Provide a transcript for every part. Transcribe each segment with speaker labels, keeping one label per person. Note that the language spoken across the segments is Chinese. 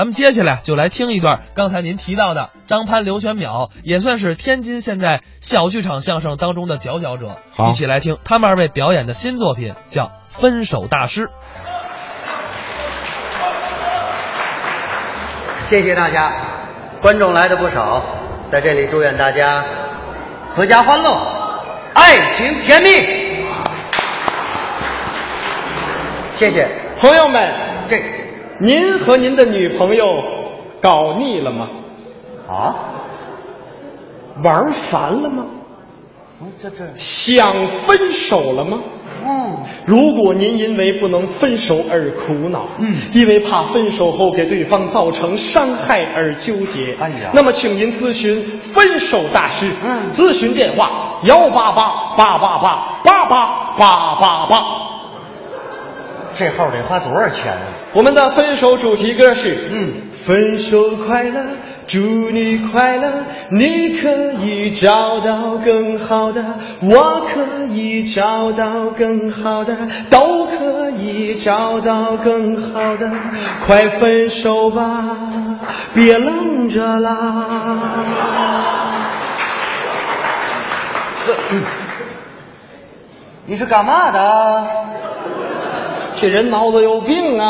Speaker 1: 咱们接下来就来听一段刚才您提到的张潘刘玄淼，也算是天津现在小剧场相声当中的佼佼者。
Speaker 2: 好
Speaker 1: 一起来听他们二位表演的新作品，叫《分手大师》。
Speaker 3: 谢谢大家，观众来的不少，在这里祝愿大家阖家欢乐，爱情甜蜜。谢谢
Speaker 4: 朋友们，
Speaker 3: 这
Speaker 4: 您和您的女朋友搞腻了吗？
Speaker 3: 啊，
Speaker 4: 玩烦了吗？
Speaker 3: 嗯这这
Speaker 4: 想分手了吗？
Speaker 3: 嗯，
Speaker 4: 如果您因为不能分手而苦恼，嗯，因为怕分手后给对方造成伤害而纠结，
Speaker 3: 哎呀
Speaker 4: 那么请您咨询分手大师，
Speaker 3: 嗯
Speaker 4: 咨询电话幺八八八八八八八八八八。
Speaker 3: 这号得花多少钱啊？
Speaker 4: 我们的分手主题歌是，
Speaker 3: 嗯，
Speaker 4: 分手快乐，祝你快乐，你可以找到更好的，我可以找到更好的，都可以找到更好的，快分手吧，别愣着啦。
Speaker 3: 你是干嘛的？
Speaker 4: 这人脑子有病啊！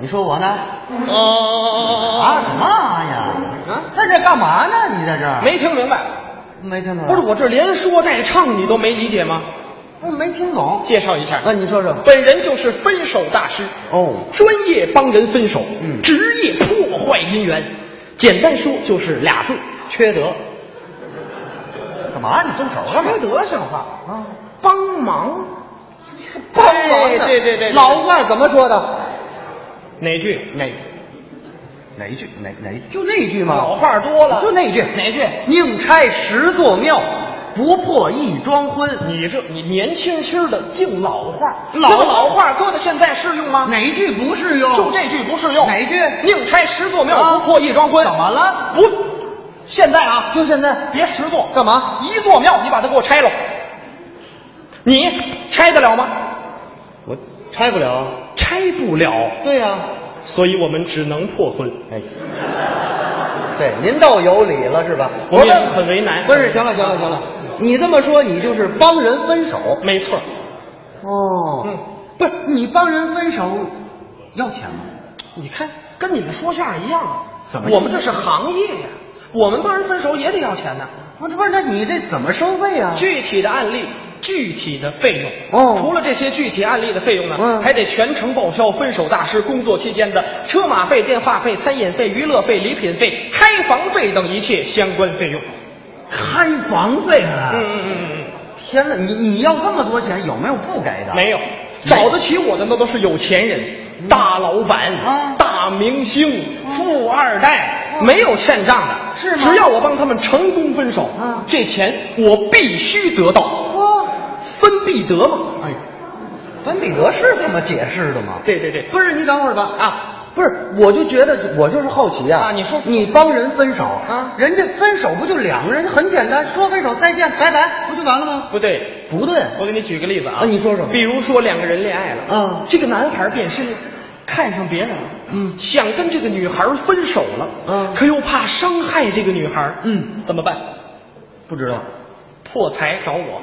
Speaker 3: 你说我呢？
Speaker 4: 啊，
Speaker 3: 啊什么啊呀？
Speaker 4: 啊
Speaker 3: 在这干嘛呢？你在这儿
Speaker 4: 没听明白，
Speaker 3: 没听懂？
Speaker 4: 不是我这连说带唱你都没理解吗？
Speaker 3: 我没听懂。
Speaker 4: 介绍一下，
Speaker 3: 啊，你说说。
Speaker 4: 本人就是分手大师
Speaker 3: 哦
Speaker 4: 专业帮人分手，
Speaker 3: 嗯
Speaker 4: 职业破坏姻缘。简单说就是俩字：缺德。
Speaker 3: 干嘛？你动手干嘛？
Speaker 4: 缺德像话
Speaker 3: 啊！
Speaker 4: 帮忙，哎
Speaker 3: 帮忙的，
Speaker 4: 对对对，
Speaker 3: 老外怎么说的？
Speaker 4: 哪句？
Speaker 3: 哪哪一句？哪哪一句？就那一句吗？
Speaker 4: 老话多了，
Speaker 3: 就那一句。
Speaker 4: 哪句？
Speaker 3: 宁拆十座庙，不破一桩婚。
Speaker 4: 你这你年轻轻的净老话，
Speaker 3: 老
Speaker 4: 那个老话搁到现在适用吗？
Speaker 3: 哪一句不适用？
Speaker 4: 就这句不适用。
Speaker 3: 哪一句
Speaker 4: 宁拆十座
Speaker 3: 啊
Speaker 4: 庙，不破一桩婚。
Speaker 3: 怎么了？
Speaker 4: 不，现在啊，
Speaker 3: 就现在
Speaker 4: 别十座，
Speaker 3: 干嘛？
Speaker 4: 一座庙你把它给我拆了，你拆得了吗？
Speaker 3: 我拆不了。
Speaker 4: 拆不了，
Speaker 3: 对呀、
Speaker 4: 所以我们只能破婚。
Speaker 3: 哎，对，您倒有理了是吧？
Speaker 4: 我们也是很为难
Speaker 3: 不是，行了，行了，行了，你这么说，你就是帮人分手。
Speaker 4: 没错儿，
Speaker 3: 哦
Speaker 4: 嗯
Speaker 3: 不是你帮人分手要钱吗？
Speaker 4: 你看跟你们说相声一样啊，
Speaker 3: 怎么
Speaker 4: 我们这是行业呀、我们帮人分手也得要钱呢、
Speaker 3: 不是不是，那你这怎么收费啊？
Speaker 4: 具体的案例，具体的费用。
Speaker 3: 哦
Speaker 4: 除了这些具体案例的费用呢，
Speaker 3: 嗯
Speaker 4: 还得全程报销分手大师工作期间的车马费、电话费、餐饮费、娱乐费、礼品费、开房费等一切相关费用。
Speaker 3: 开房费啊！
Speaker 4: 嗯嗯嗯嗯
Speaker 3: 天哪，你你要这么多钱，有没有不给的？
Speaker 4: 嗯，没有，嗯找得起我的那都是有钱人、大老板、
Speaker 3: 啊
Speaker 4: 大明星、富二代，没有欠账的。
Speaker 3: 是吗
Speaker 4: 只要我帮他们成功分手，
Speaker 3: 啊
Speaker 4: 这钱我必须得到，
Speaker 3: 哇，
Speaker 4: 分必得嘛。
Speaker 3: 哎，本彼得是这么解释的吗？
Speaker 4: 对对对，
Speaker 3: 不是，你等会儿吧。
Speaker 4: 啊。
Speaker 3: 不是，我就觉得我就是好奇啊！
Speaker 4: 啊你说
Speaker 3: 你帮人分手
Speaker 4: 啊
Speaker 3: 人家分手不就两个人很简单，说分手再见拜拜，不就完了吗？
Speaker 4: 不对，
Speaker 3: 不对，
Speaker 4: 我给你举个例子啊，
Speaker 3: 啊你说说
Speaker 4: 比如说两个人恋爱了，
Speaker 3: 嗯
Speaker 4: 这个男孩变心了，看上别人了，
Speaker 3: 嗯
Speaker 4: 想跟这个女孩分手了，
Speaker 3: 嗯
Speaker 4: 可又怕伤害这个女孩，
Speaker 3: 嗯，
Speaker 4: 怎么办？
Speaker 3: 不知道
Speaker 4: 破财找我，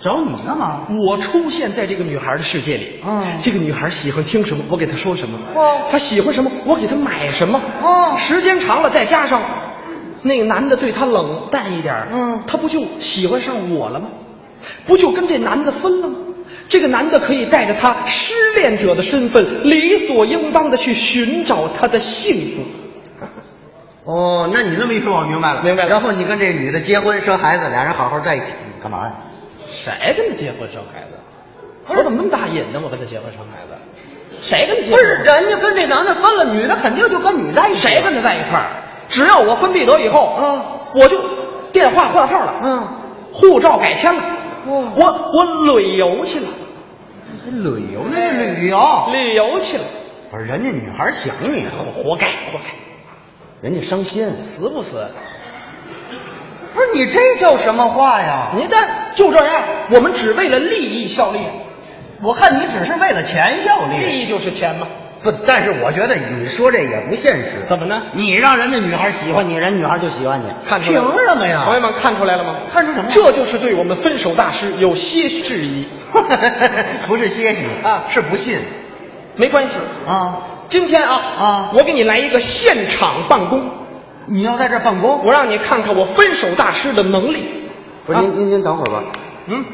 Speaker 3: 找你干嘛？
Speaker 4: 我出现在这个女孩的世界里，
Speaker 3: 嗯
Speaker 4: 这个女孩喜欢听什么，我给她说什么，
Speaker 3: 哦
Speaker 4: 她喜欢什么，我给她买什么，
Speaker 3: 哦
Speaker 4: 时间长了，再加上那个男的对她冷淡一点儿，
Speaker 3: 嗯
Speaker 4: 她不就喜欢上我了吗？不就跟这男的分了吗？这个男的可以带着她失恋者的身份，理所应当的去寻找她的幸福。
Speaker 3: 哦，那你这么一说，我明白了，
Speaker 4: 明白了
Speaker 3: 然后你跟这女的结婚生孩子，俩人好好在一起，你干嘛呀？
Speaker 4: 谁跟他结婚生孩子？我怎么那么大瘾呢？我跟他结婚生孩子，谁跟他结
Speaker 3: 不
Speaker 4: 婚？
Speaker 3: 是，人家跟这男的分了，女的肯定就跟你在一起。
Speaker 4: 谁跟他在一块儿？只要我分必得以后，
Speaker 3: 嗯，
Speaker 4: 我就电话换号了，
Speaker 3: 嗯，
Speaker 4: 护照改签了，
Speaker 3: 哇
Speaker 4: 我我旅游去了，
Speaker 3: 哎旅游？那是旅游。
Speaker 4: 旅游去了，
Speaker 3: 不是，人家女孩想你，
Speaker 4: 活该活该，
Speaker 3: 人家伤心。
Speaker 4: 死不死？
Speaker 3: 不是你这叫什么话呀？
Speaker 4: 你但就这样，我们只为了利益效力，
Speaker 3: 我看你只是为了钱效
Speaker 4: 利
Speaker 3: 力。
Speaker 4: 益就是钱嘛，
Speaker 3: 不，但是我觉得你说这也不现实。
Speaker 4: 怎么呢？
Speaker 3: 你让人家女孩喜欢你，人女孩就喜欢你，
Speaker 4: 看出
Speaker 3: 凭
Speaker 4: 来了
Speaker 3: 什么
Speaker 4: 朋友
Speaker 3: 呀？
Speaker 4: 们看出来了吗？
Speaker 3: 看出什么
Speaker 4: 这就是对我们分手大师有些许质 疑。
Speaker 3: 不是歇你
Speaker 4: 啊
Speaker 3: 是不信
Speaker 4: 没关系，
Speaker 3: 啊！
Speaker 4: 今天啊
Speaker 3: 啊
Speaker 4: 我给你来一个现场办公，
Speaker 3: 你要在这儿办公？
Speaker 4: 我让你看看我分手大师的能力。啊
Speaker 3: 不是您您您等会儿吧，
Speaker 4: 嗯，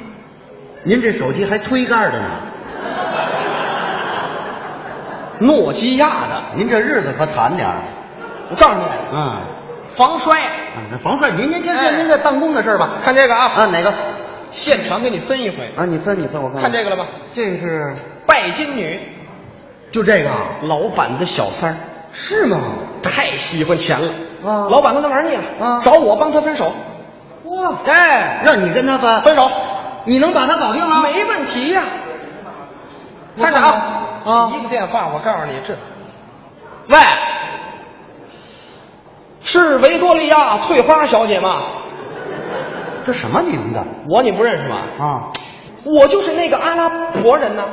Speaker 3: 您这手机还推盖儿的呢，
Speaker 4: 诺基亚的，
Speaker 3: 您这日子可惨点儿。
Speaker 4: 我告诉你，
Speaker 3: 嗯，
Speaker 4: 防摔。
Speaker 3: 啊冯帅，您您这
Speaker 4: 哎
Speaker 3: 这您这办公的事儿吧？
Speaker 4: 看这个啊，嗯
Speaker 3: 啊，哪个？
Speaker 4: 现场给你分一回。
Speaker 3: 啊，你分你分我看
Speaker 4: 看这个了吧？
Speaker 3: 这是
Speaker 4: 拜金女，
Speaker 3: 就这个啊？
Speaker 4: 老板的小三儿，
Speaker 3: 是吗？
Speaker 4: 太喜欢钱了。
Speaker 3: 啊
Speaker 4: 老板跟他玩腻了，
Speaker 3: 啊
Speaker 4: 找我帮他分手。
Speaker 3: 哇，
Speaker 4: 哎，
Speaker 3: 那你跟他分
Speaker 4: 分手
Speaker 3: 你能把他搞定了？
Speaker 4: 没问题呀、
Speaker 3: 我
Speaker 4: 啊看着啊
Speaker 3: 看，看啊
Speaker 4: 一个电话，我告诉你这，喂，是维多利亚翠花小姐吗？
Speaker 3: 这什么名字
Speaker 4: 我你不认识吗？
Speaker 3: 啊？
Speaker 4: 我就是那个阿拉伯人呐、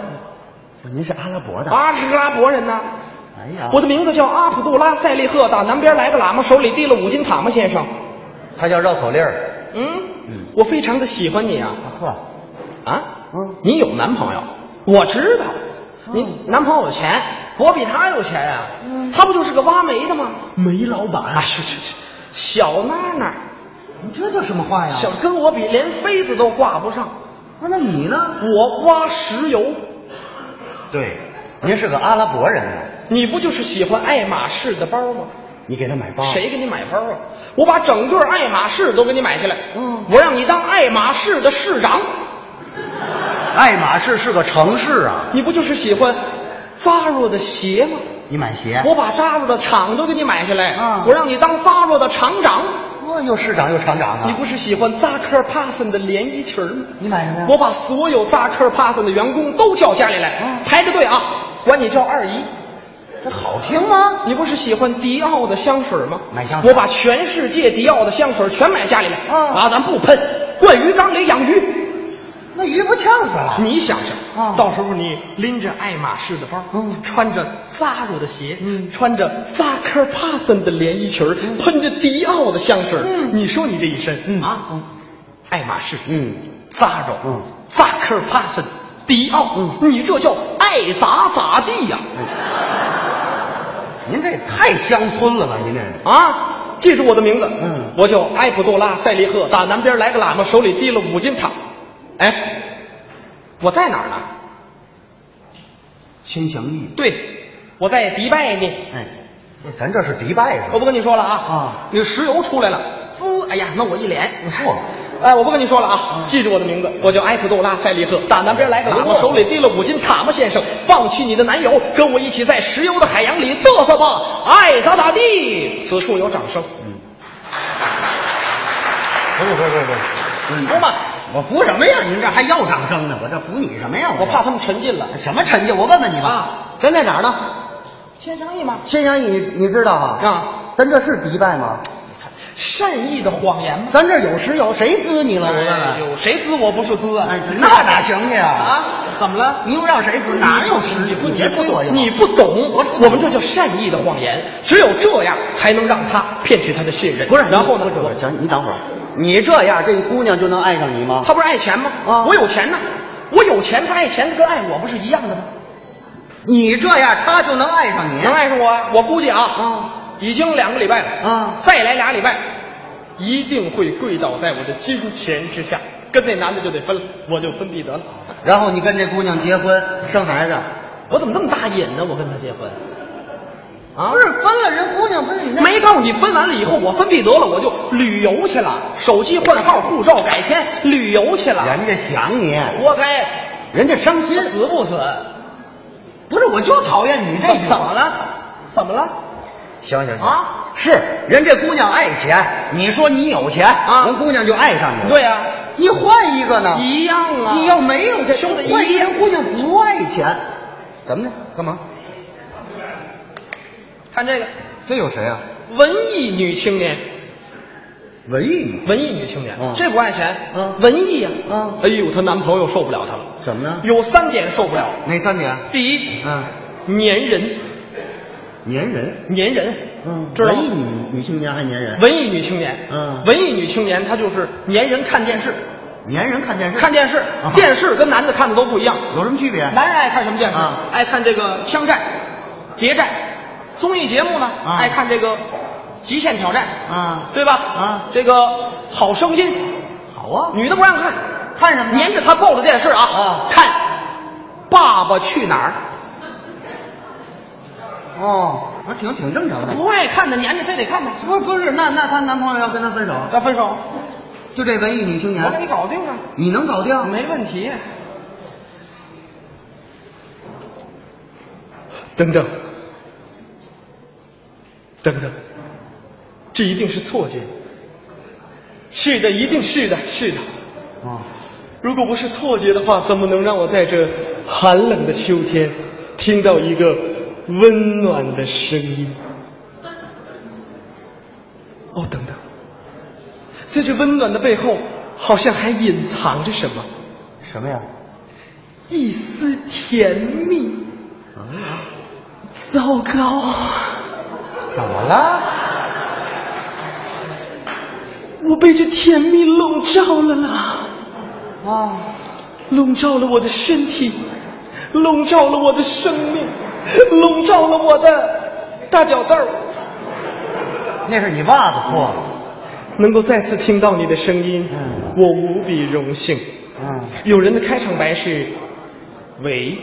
Speaker 3: 您是阿拉伯的？
Speaker 4: 阿拉伯人呐、
Speaker 3: 哎呀，
Speaker 4: 我的名字叫阿卜杜拉·塞利赫，打南边来个喇嘛手里提了五斤塔嘛，先生。
Speaker 3: 他叫绕口令儿。
Speaker 4: 嗯
Speaker 3: 嗯，
Speaker 4: 我非常的喜欢你啊
Speaker 3: 呵，
Speaker 4: 啊！
Speaker 3: 嗯
Speaker 4: 你有男朋友？我知道，你
Speaker 3: 嗯
Speaker 4: 男朋友有钱，我比他有钱啊。
Speaker 3: 嗯
Speaker 4: 他不就是个挖煤的吗？
Speaker 3: 煤老板，
Speaker 4: 哎呦，去去啊去，小娜娜，
Speaker 3: 啊你这叫什么话呀？啊
Speaker 4: 小跟我比，连妃子都挂不上。
Speaker 3: 那那你呢？
Speaker 4: 我挖石油，
Speaker 3: 对，您是个阿拉伯人啊，
Speaker 4: 你不就是喜欢爱马仕的包吗？
Speaker 3: 你给他买包？？
Speaker 4: 谁给你买包啊？我把整个爱马仕都给你买下来，
Speaker 3: 嗯
Speaker 4: 我让你当爱马仕的市长，
Speaker 3: 爱马仕是个城市啊，
Speaker 4: 你不就是喜欢 Zara 的鞋吗？
Speaker 3: 你买鞋？
Speaker 4: 我把 Zara 的厂都给你买下来，
Speaker 3: 嗯
Speaker 4: 我让你当 Zara 的厂长，
Speaker 3: 我又市长又厂长啊。
Speaker 4: 你不是喜欢扎克帕森的连衣裙儿吗？
Speaker 3: 你买什么呀？
Speaker 4: 我把所有扎克帕森的员工都叫家里来，
Speaker 3: 嗯
Speaker 4: 排着队啊，管你叫二姨。
Speaker 3: 这好听吗？
Speaker 4: 你不是喜欢迪奥的香水吗？
Speaker 3: 买香水
Speaker 4: 我把全世界迪奥的香水全买家里来。
Speaker 3: 嗯
Speaker 4: 啊，咱不喷，灌鱼缸里养鱼。
Speaker 3: 那鱼不呛死了？
Speaker 4: 你想想，
Speaker 3: 啊
Speaker 4: 到时候你拎着爱马仕的包，
Speaker 3: 嗯
Speaker 4: 穿着 Zara 的鞋，
Speaker 3: 嗯
Speaker 4: 穿着 Zac Passon 的连衣裙儿，喷着迪奥的香水儿，
Speaker 3: 嗯
Speaker 4: 你说你这一身、
Speaker 3: 嗯
Speaker 4: 啊，
Speaker 3: 嗯
Speaker 4: 爱马仕，
Speaker 3: 嗯
Speaker 4: ，Zara，
Speaker 3: 嗯
Speaker 4: ，Zac Passon，迪奥，
Speaker 3: 嗯
Speaker 4: 你这叫爱咋咋地呀、
Speaker 3: 您这太乡村了吧？您这
Speaker 4: 啊！记住我的名字，
Speaker 3: 嗯
Speaker 4: 我叫埃卜杜拉·塞利赫，打南边来个喇嘛，手里提了五斤塔。哎，我在哪儿呢？
Speaker 3: 心情意。
Speaker 4: 对，我在迪拜呢。
Speaker 3: 哎，咱这是迪拜是
Speaker 4: 我
Speaker 3: 吧？
Speaker 4: 不跟你说了啊
Speaker 3: 啊
Speaker 4: 那个石油出来了，滋，哎呀，弄我一脸。
Speaker 3: 嚯
Speaker 4: 哎，我不跟你说了啊，记住我的名字，我叫埃普杜拉·塞利赫，打南边来个
Speaker 3: 哎
Speaker 4: 喇嘛，手里提了五斤塔嘛先生，放弃你的男友，跟我一起在石油的海洋里嘚瑟吧，爱咋咋地。此处有掌声，
Speaker 3: 嗯。不是不是不是不是，
Speaker 4: 服吗？
Speaker 3: 我服什么呀？嗯您这还要掌声呢？我这服你什么呀？
Speaker 4: 我怕他们沉浸了
Speaker 3: 什么陈家？我问问你吧，
Speaker 4: 啊
Speaker 3: 咱在哪儿呢？
Speaker 4: 先生意吗？
Speaker 3: 先阳，你你知道吗？
Speaker 4: 啊，
Speaker 3: 咱这是迪拜吗？
Speaker 4: 善意的谎言吗？
Speaker 3: 咱这有石油，谁滋你了？我问
Speaker 4: 哎
Speaker 3: 问。
Speaker 4: 呦，谁滋我不是滋啊？
Speaker 3: 啊哎，那哪行去啊？
Speaker 4: 啊？怎么了？
Speaker 3: 你又让谁滋？哪有石油？
Speaker 4: 你不
Speaker 3: 左右，
Speaker 4: 你不懂，我们这叫善意的谎言，只有这样才能让他骗取他的信任。
Speaker 3: 不是？
Speaker 4: 然后呢？
Speaker 3: 不
Speaker 4: 我
Speaker 3: 是，行，你等会儿，你这样，这姑娘就能爱上你吗？
Speaker 4: 他不是爱钱吗？
Speaker 3: 啊
Speaker 4: 我有钱呢，我有钱，他爱钱，跟爱我不是一样的吗？
Speaker 3: 你这样，她就能爱上你？
Speaker 4: 能爱上我啊？我估计啊，
Speaker 3: 啊
Speaker 4: 已经两个礼拜了
Speaker 3: 啊
Speaker 4: 再来俩礼拜，一定会跪倒在我的金钱之下，跟那男的就得分了，我就分必得了。
Speaker 3: 然后你跟这姑娘结婚，生孩子。
Speaker 4: 我怎么这么大瘾呢？我跟他结婚，啊，
Speaker 3: 不是分了人姑娘分你那
Speaker 4: 没告诉你分完了以后，我分必得了，我就旅游去了，手机换号，护照改签，旅游去了，
Speaker 3: 人家想你，
Speaker 4: 活该，
Speaker 3: 人家伤心。
Speaker 4: 死不死？
Speaker 3: 不是，我就讨厌你这句
Speaker 4: 怎
Speaker 3: 话
Speaker 4: 么。了？怎么了？
Speaker 3: 行行行
Speaker 4: 啊
Speaker 3: 是人这姑娘爱钱，你说你有钱
Speaker 4: 啊
Speaker 3: 人姑娘就爱上你了。
Speaker 4: 对呀、
Speaker 3: 你换一个呢？
Speaker 4: 一样啊。
Speaker 3: 你要没有这
Speaker 4: 兄弟一样
Speaker 3: 换一人姑娘不爱钱，怎么的？干嘛？
Speaker 4: 看这个
Speaker 3: 这有谁啊？
Speaker 4: 文艺女青年，
Speaker 3: 文艺
Speaker 4: 文艺女青年，
Speaker 3: 嗯
Speaker 4: 这不爱钱，
Speaker 3: 嗯
Speaker 4: 文艺啊，
Speaker 3: 嗯
Speaker 4: 哎呦，她男朋友受不了她了，
Speaker 3: 怎么呢？
Speaker 4: 有三点受不了，
Speaker 3: 哪三点？
Speaker 4: 第一，
Speaker 3: 嗯，
Speaker 4: 粘人，
Speaker 3: 粘人，
Speaker 4: 粘人，
Speaker 3: 嗯，
Speaker 4: 知道
Speaker 3: 文
Speaker 4: 吗
Speaker 3: 艺女女青年还粘人，
Speaker 4: 文艺女青年，
Speaker 3: 嗯
Speaker 4: 文艺女青年她就是粘人看电视，
Speaker 3: 粘人看电视，
Speaker 4: 看电视，
Speaker 3: 啊
Speaker 4: 电视跟男的看的都不一样，
Speaker 3: 有什么区别？
Speaker 4: 男人爱看什么电视
Speaker 3: 哎啊？
Speaker 4: 爱看这个枪战、谍战，综艺节目呢，
Speaker 3: 啊
Speaker 4: 爱看这个极限挑战，
Speaker 3: 啊，
Speaker 4: 对吧？
Speaker 3: 啊
Speaker 4: 这个好声音，
Speaker 3: 好啊，
Speaker 4: 女的不让看，看什么？粘着她抱着电视啊，
Speaker 3: 啊
Speaker 4: 看《爸爸去哪儿》。
Speaker 3: 哦，
Speaker 4: 啊
Speaker 3: 那挺挺正常的。
Speaker 4: 不爱看的粘着非得看呢，
Speaker 3: 不不是，那那她男朋友要跟她分手，
Speaker 4: 要分手，
Speaker 3: 就这文艺女青
Speaker 4: 我给你
Speaker 3: 年，
Speaker 4: 搞定啊，
Speaker 3: 你能搞定？
Speaker 4: 没问题。
Speaker 2: 等等，等等，这一定是错觉。是的，一定是的，是的。
Speaker 3: 啊，
Speaker 2: 如果不是错觉的话，怎么能让我在这寒冷的秋天听到一个温暖的声音？哦，等等，在这温暖的背后，好像还隐藏着什么，
Speaker 3: 什么呀？
Speaker 2: 一丝甜蜜。
Speaker 3: 哦
Speaker 2: 糟糕啊！
Speaker 3: 怎么了？
Speaker 2: 我被这甜蜜笼罩了啦！
Speaker 3: 啊，
Speaker 2: 笼罩了我的身体，笼罩了我的生命，笼罩了我的大脚豆儿。
Speaker 3: 那是你袜子破了。
Speaker 2: 能够再次听到你的声音
Speaker 3: 嗯，
Speaker 2: 我无比荣幸。
Speaker 3: 嗯，
Speaker 2: 有人的开场白是“喂”，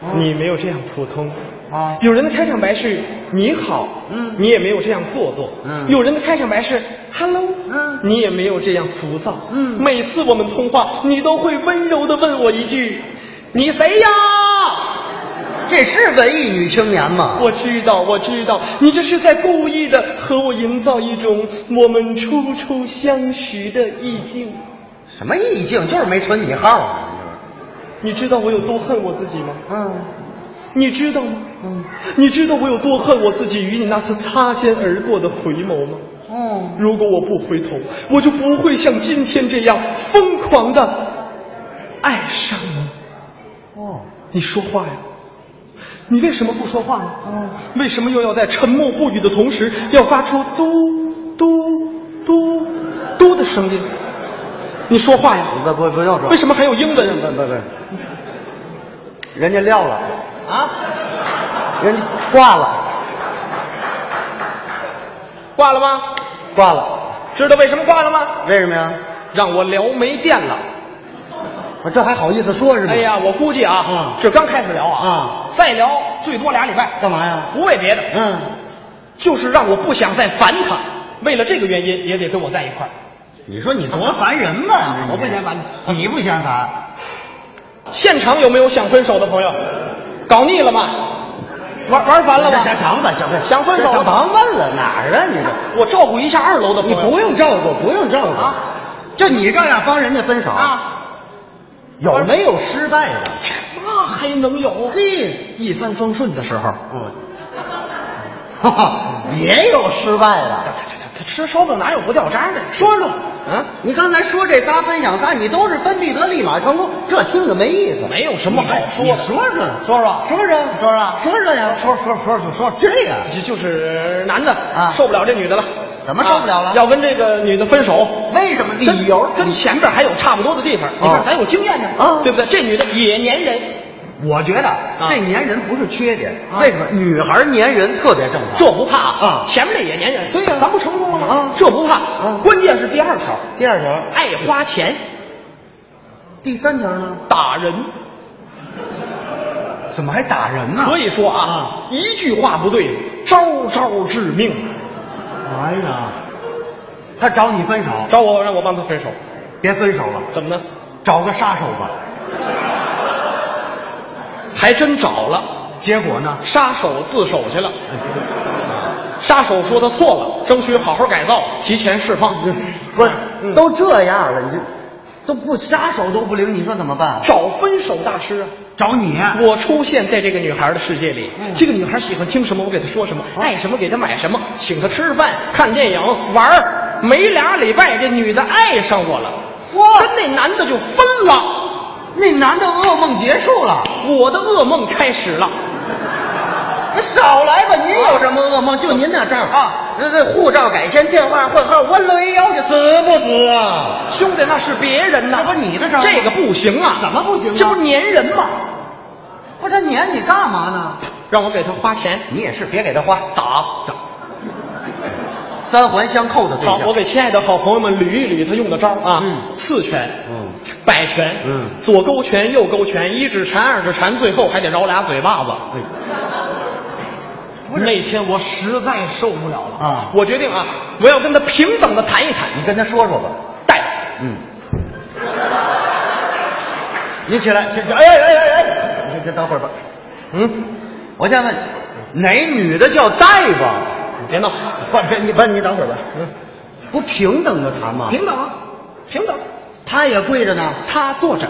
Speaker 3: 哦
Speaker 2: 你没有这样普通。
Speaker 3: 啊，
Speaker 2: 有人的开场白是“你好”，
Speaker 3: 嗯
Speaker 2: 你也没有这样做作。
Speaker 3: 嗯
Speaker 2: 有人的开场白是 “hello”，
Speaker 3: 嗯
Speaker 2: 你也没有这样浮躁。
Speaker 3: 嗯
Speaker 2: 每次我们通话，你都会温柔的问我一句：“你谁呀
Speaker 3: 这是文艺女青年？”吗？
Speaker 2: 我知道，我知道，你这是在故意的和我营造一种我们初初相识的意境。
Speaker 3: 什么意境？就是没存你号啊。
Speaker 2: 你知道我有多恨我自己吗？
Speaker 3: 嗯，
Speaker 2: 你知道吗？你知道我有多恨我自己与你那次擦肩而过的回眸吗？
Speaker 3: 哦，
Speaker 2: 如果我不回头，我就不会像今天这样疯狂的爱上你。
Speaker 3: 哦，
Speaker 2: 你说话呀！你为什么不说话呢？
Speaker 3: 嗯
Speaker 2: 为什么又要在沉默不语的同时，要发出嘟嘟嘟嘟的声音？你说话呀！
Speaker 3: 不不不要说，嗯
Speaker 2: 为什么还有英
Speaker 3: 不
Speaker 2: 文？
Speaker 3: 不不，人家撂了，
Speaker 4: 啊，
Speaker 3: 人家挂了，
Speaker 4: 挂了吗？
Speaker 3: 挂了，
Speaker 4: 知道为什么挂了吗？
Speaker 3: 为什么呀？
Speaker 4: 让我聊没电了。
Speaker 3: 我这还好意思说是吗？
Speaker 4: 哎，呀，我估计啊，
Speaker 3: 嗯
Speaker 4: 这刚开始聊啊，
Speaker 3: 啊
Speaker 4: 再聊最多俩礼拜，
Speaker 3: 干嘛呀？
Speaker 4: 不为别的，
Speaker 3: 嗯，
Speaker 4: 就是让我不想再烦他。为了这个原因，也得跟我在一块儿。
Speaker 3: 你说你多烦人吧？
Speaker 4: 我不嫌烦
Speaker 3: 你，你不嫌烦？
Speaker 4: 现场有没有想分手的朋友？搞腻了吗？玩玩烦了吗？
Speaker 3: 想想吧，想分
Speaker 4: 想分手了
Speaker 3: 想
Speaker 4: 吗？
Speaker 3: 甭问了，哪儿啊你这？
Speaker 4: 我照顾一下二楼的朋
Speaker 3: 你
Speaker 4: 友。
Speaker 3: 不用照顾，不用照顾
Speaker 4: 啊！
Speaker 3: 就你这样帮人家分手，
Speaker 4: 啊？
Speaker 3: 有没有失败的？
Speaker 4: 那还能有？
Speaker 3: 嘿，
Speaker 2: 一帆风顺的时候，
Speaker 3: 嗯，哈哈，也有失败的。
Speaker 4: 吃烧饼哪有不掉渣的？
Speaker 3: 说说，
Speaker 4: 啊，
Speaker 3: 你刚才说这仨分享仨，你都是分必得，立马成功，这听着没意思。
Speaker 4: 没有什么好说
Speaker 3: 你
Speaker 4: 的。
Speaker 3: 说说，
Speaker 4: 说说，
Speaker 3: 说说，
Speaker 4: 说说
Speaker 3: 说说呀，说说说说说这个，
Speaker 4: 就就是男的
Speaker 3: 啊
Speaker 4: 受不了这女的了。
Speaker 3: 怎么受不了了
Speaker 4: 啊要跟这个女的分手，
Speaker 3: 为什么理
Speaker 4: 跟
Speaker 3: 由？
Speaker 4: 跟前边还有差不多的地方。你看，咱有经验呢，
Speaker 3: 啊
Speaker 4: 对不对？这女的也粘人，
Speaker 3: 我觉得这粘人不是缺点，为什么？女孩粘人特别正常。
Speaker 4: 这不怕啊
Speaker 3: 啊
Speaker 4: 前面这也粘人，
Speaker 3: 对呀
Speaker 4: 咱不成功了吗？
Speaker 3: 啊
Speaker 4: 这不怕，
Speaker 3: 嗯
Speaker 4: 关键是第二条，
Speaker 3: 第二条，
Speaker 4: 爱花钱
Speaker 3: 第三条呢？
Speaker 4: 打人。
Speaker 3: 啊怎么还打人呢
Speaker 4: 可以说啊，一句话不对，招招致命。
Speaker 3: 哎呀，他找你分手，
Speaker 4: 找我让我帮他分手，
Speaker 3: 别分手了，
Speaker 4: 怎么呢？
Speaker 3: 找个杀手吧。
Speaker 4: 还真找了，
Speaker 3: 结果呢？
Speaker 4: 杀手自首去了。杀手说他错了，争取好好改造，提前释放。
Speaker 3: 不是，
Speaker 4: 嗯
Speaker 3: 都这样了，你这都不杀手都不灵，你说怎么办？嗯
Speaker 4: 找分手大师啊！
Speaker 3: 找你，
Speaker 4: 我出现在这个女孩的世界里，
Speaker 3: 嗯
Speaker 4: 这个女孩喜欢听什么，我给她说什么；爱什么，给她买什么；请她吃饭、看电影、玩儿。没俩礼拜，这女的爱上我了，跟那男的就分了。
Speaker 3: 那男的噩梦结束了，
Speaker 4: 我的噩梦开始了。
Speaker 3: 您少来吧，您有什么噩梦？就您那账
Speaker 4: 啊，
Speaker 3: 这这护照改签，电话换号，弯六一幺去，死不死啊？
Speaker 4: 兄弟，那是别人呐，
Speaker 3: 这不你的事儿吗
Speaker 4: 这个不行啊，
Speaker 3: 怎么不行啊
Speaker 4: 这不是粘人吗？
Speaker 3: 不是他撵你干嘛呢？
Speaker 4: 让我给他花钱，
Speaker 3: 你也是别给他花，打打，三环相扣的对
Speaker 4: 好
Speaker 3: 象。，
Speaker 4: 我给亲爱的好朋友们捋一捋他用的招儿啊，
Speaker 3: 嗯
Speaker 4: 刺拳，
Speaker 3: 嗯，
Speaker 4: 摆拳，
Speaker 3: 嗯
Speaker 4: 左勾拳，右勾拳，一指禅，二指禅，最后还得饶俩嘴巴子。
Speaker 3: 哎
Speaker 4: 那天我实在受不了了
Speaker 3: 啊
Speaker 4: 我决定啊，我要跟他平等的谈一谈，
Speaker 3: 你跟他说说吧。
Speaker 4: 带，
Speaker 3: 嗯，你起来，这这，哎哎哎哎哎，你这等会儿吧。
Speaker 4: 嗯，
Speaker 3: 我先问你，哪女的叫大王？
Speaker 4: 别 闹，
Speaker 3: 不是你，不是你等会儿吧。嗯，不平等的谈吗？
Speaker 4: 平等啊，平等，
Speaker 3: 他也跪着呢，
Speaker 4: 他坐着，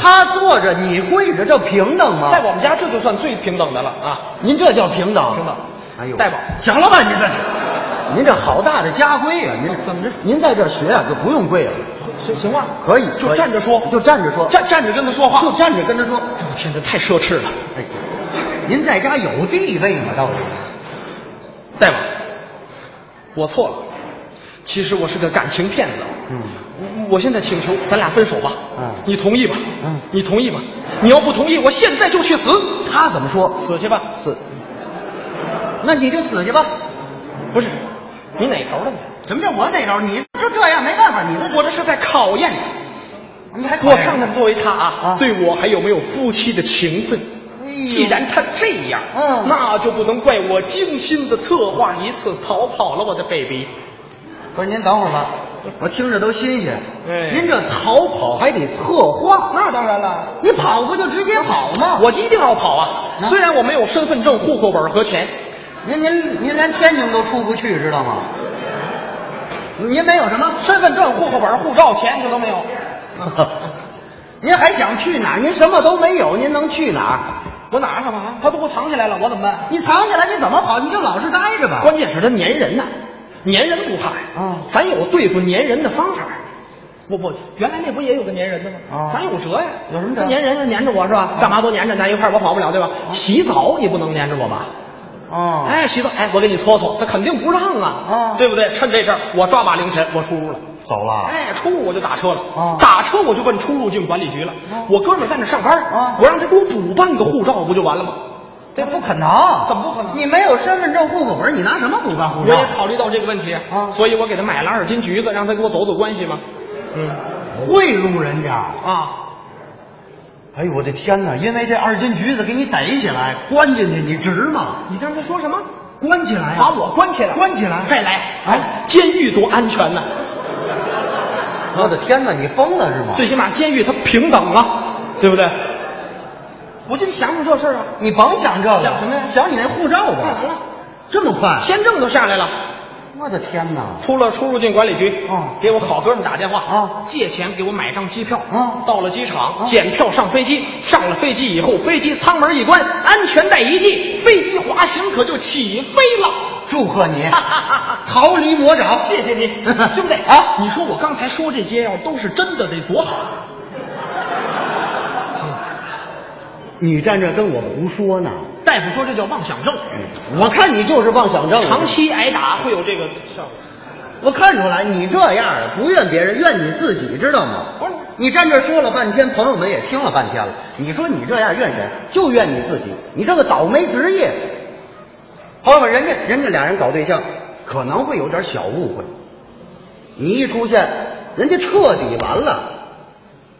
Speaker 3: 他坐着，你跪着，这平等吗？
Speaker 4: 在我们家这就算最平等的了啊，
Speaker 3: 您这叫平等？
Speaker 4: 平等
Speaker 3: 哎呦，
Speaker 4: 带宝
Speaker 3: 行了吧？您这，您这好大的家规啊！您
Speaker 4: 哦怎么着
Speaker 3: 您在这儿学啊，就不用跪了，
Speaker 4: 行行啊，
Speaker 3: 可以
Speaker 4: 就
Speaker 3: 可以
Speaker 4: 站着说，
Speaker 3: 就站着说，
Speaker 4: 站站着跟他说话，哎
Speaker 3: 就站着跟他说。
Speaker 4: 我天，这太奢侈了。
Speaker 3: 哎，您在家有地位吗？到底？
Speaker 4: 大王，我错了，其实我是个感情骗子。
Speaker 3: 嗯，
Speaker 4: 我我现在请求咱俩分手吧。
Speaker 3: 嗯
Speaker 4: 你同意吧？
Speaker 3: 嗯
Speaker 4: 你同意吧？你要不同意，我现在就去死，
Speaker 3: 他怎么说？
Speaker 4: 死去吧，死。
Speaker 3: 那你就死去吧。
Speaker 4: 不是，你哪头的呢？
Speaker 3: 嗯什么叫我哪头？你就这样，没办法，你的
Speaker 4: 我这是在考验你。
Speaker 3: 你还
Speaker 4: 我看看作为他啊，
Speaker 3: 啊
Speaker 4: 对我还有没有夫妻的情分
Speaker 3: 哎？呦
Speaker 4: 既然他这样，
Speaker 3: 嗯
Speaker 4: 那就不能怪我精心的策划一次逃跑了我的 baby。
Speaker 3: 不是您等会儿吧，我听着都新鲜。
Speaker 4: 哎
Speaker 3: 您这逃跑还得策划，
Speaker 4: 那当然了。
Speaker 3: 你跑不就直接跑吗？
Speaker 4: 我一定要跑啊！
Speaker 3: 啊
Speaker 4: 虽然我没有身份证、户口本和钱，
Speaker 3: 您您您连天津都出不去，知道吗？您没有什么
Speaker 4: 身份证、户口本、护照、钱这都没 有。
Speaker 3: 您还想去哪儿？您什么都没有，您能去哪儿？
Speaker 4: 我哪儿干嘛？啊他都给我藏起来了，我怎么办？
Speaker 3: 你藏起来，你怎么跑？你就老实待着吧。
Speaker 4: 关键是他粘人呐、粘人不怕呀。
Speaker 3: 啊
Speaker 4: 咱有对付粘人的方法。不不，原来那不也有个粘人的吗？
Speaker 3: 啊
Speaker 4: 咱有辙呀。
Speaker 3: 有什么辙
Speaker 4: 那粘人就粘着我是吧？干嘛都粘着咱一块儿，我跑不了对吧？洗澡你不能粘着我吧？
Speaker 3: 哦哎，
Speaker 4: 哎，洗澡，哎，我给你搓搓，他肯定不让啊
Speaker 3: 啊，
Speaker 4: 对不对？趁这阵儿，我抓把零钱，我出屋了。
Speaker 3: 走了。
Speaker 4: 哎，出入我就打车了，
Speaker 3: 啊
Speaker 4: 打车我就奔出入境管理局了。
Speaker 3: 啊
Speaker 4: 我哥们儿在那上班，
Speaker 3: 啊
Speaker 4: 我让他给我补办个护照，不就完了吗？
Speaker 3: 这
Speaker 4: 对
Speaker 3: 不
Speaker 4: 对
Speaker 3: 可能，
Speaker 4: 怎么不可能
Speaker 3: 你没有身份证、户口本，你拿什么补办护
Speaker 4: 我也
Speaker 3: 照？
Speaker 4: 考虑到这个问题
Speaker 3: 啊
Speaker 4: 所以我给他买了二斤橘子，让他给我走走关系嘛。嗯
Speaker 3: 贿赂人家。
Speaker 4: 啊，
Speaker 3: 哎呦我的天哪！因为这二斤橘子给你逮起来，关进去，你值吗？
Speaker 4: 你刚才说什么？
Speaker 3: 关起来啊！
Speaker 4: 把我关起来，
Speaker 3: 关起来！
Speaker 4: 再来！
Speaker 3: 哎
Speaker 4: 哎，监狱多安全呐！
Speaker 3: 我的天哪，你疯了是吗？
Speaker 4: 最起码监狱它平等了，对不对？我就想想这事儿啊，
Speaker 3: 你甭想这个，
Speaker 4: 想什么呀
Speaker 3: 想你那护照吧。
Speaker 4: 干完了，
Speaker 3: 这么快？
Speaker 4: 签证都下来了。
Speaker 3: 我的天哪！
Speaker 4: 出了出入境管理局，
Speaker 3: 啊
Speaker 4: 给我好哥们打电话
Speaker 3: 啊
Speaker 4: 借钱给我买张机票
Speaker 3: 啊
Speaker 4: 到了机场、
Speaker 3: 啊
Speaker 4: 检票上飞机，上了飞机以后，飞机舱门一关，安全带一系，飞机滑行可就起飞了。
Speaker 3: 祝贺 你
Speaker 4: 逃离魔掌，谢谢你， 兄弟
Speaker 3: 啊
Speaker 4: 你说我刚才说这些要啊都是真的，得多好！
Speaker 3: 你站这跟我胡说呢？嗯
Speaker 4: 大夫说这叫妄想症，
Speaker 3: 我看你就是妄想症，
Speaker 4: 长期挨打会有这个效果。
Speaker 3: 我看出来你这样啊，不怨别人，怨你自己，知道吗？
Speaker 4: 不是
Speaker 3: 你站这说了半天，朋友们也听了半天了，你说你这样怨谁？就怨你自己，你这个倒霉职业。朋友们，人家人家俩人搞对象，可能会有点小误会，你一出现，人家彻底完了。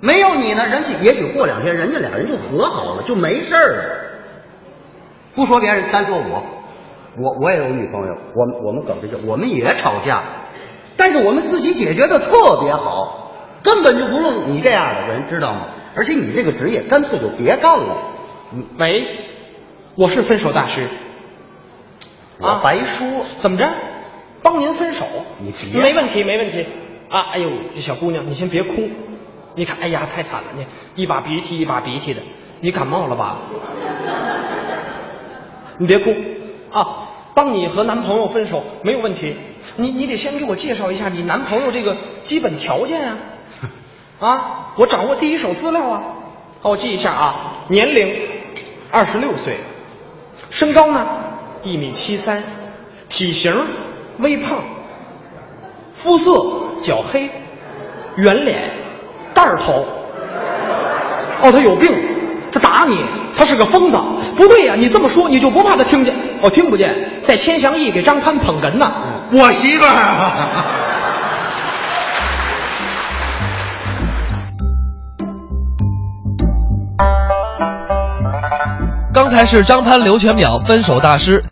Speaker 3: 没有你呢，人家也许过两天，人家俩人就和好了，就没事儿了。不说别人，单说我，我我也有女朋友，我们我们搞对象，我们也吵架，但是我们自己解决的特别好，根本就不用你这样的人，知道吗？而且你这个职业干脆就别干了，你
Speaker 4: 喂，我是分手大师，啊
Speaker 3: 我白说。
Speaker 4: 怎么着？帮您分手？
Speaker 3: 你别
Speaker 4: 没问题，没问题啊！哎呦，这小姑娘，你先别哭，你看，哎呀，太惨了，你一把鼻涕一把鼻涕的，你感冒了吧？ 你别哭啊！帮你和男朋友分手没有问题，你你得先给我介绍一下你男朋友这个基本条件啊，啊，我掌握第一手资料啊，好，我记一下啊，年龄二十六岁，身高呢一米七三，体型微胖，肤色较黑，圆脸，蛋儿头。哦，他有病，他打你，他是个疯子。不对呀、你这么说你就不怕他听见？哦，听不见，在千祥义给张潘捧哏呢。
Speaker 3: 我媳妇儿。啊
Speaker 1: 刚才是张潘刘全淼分手大师，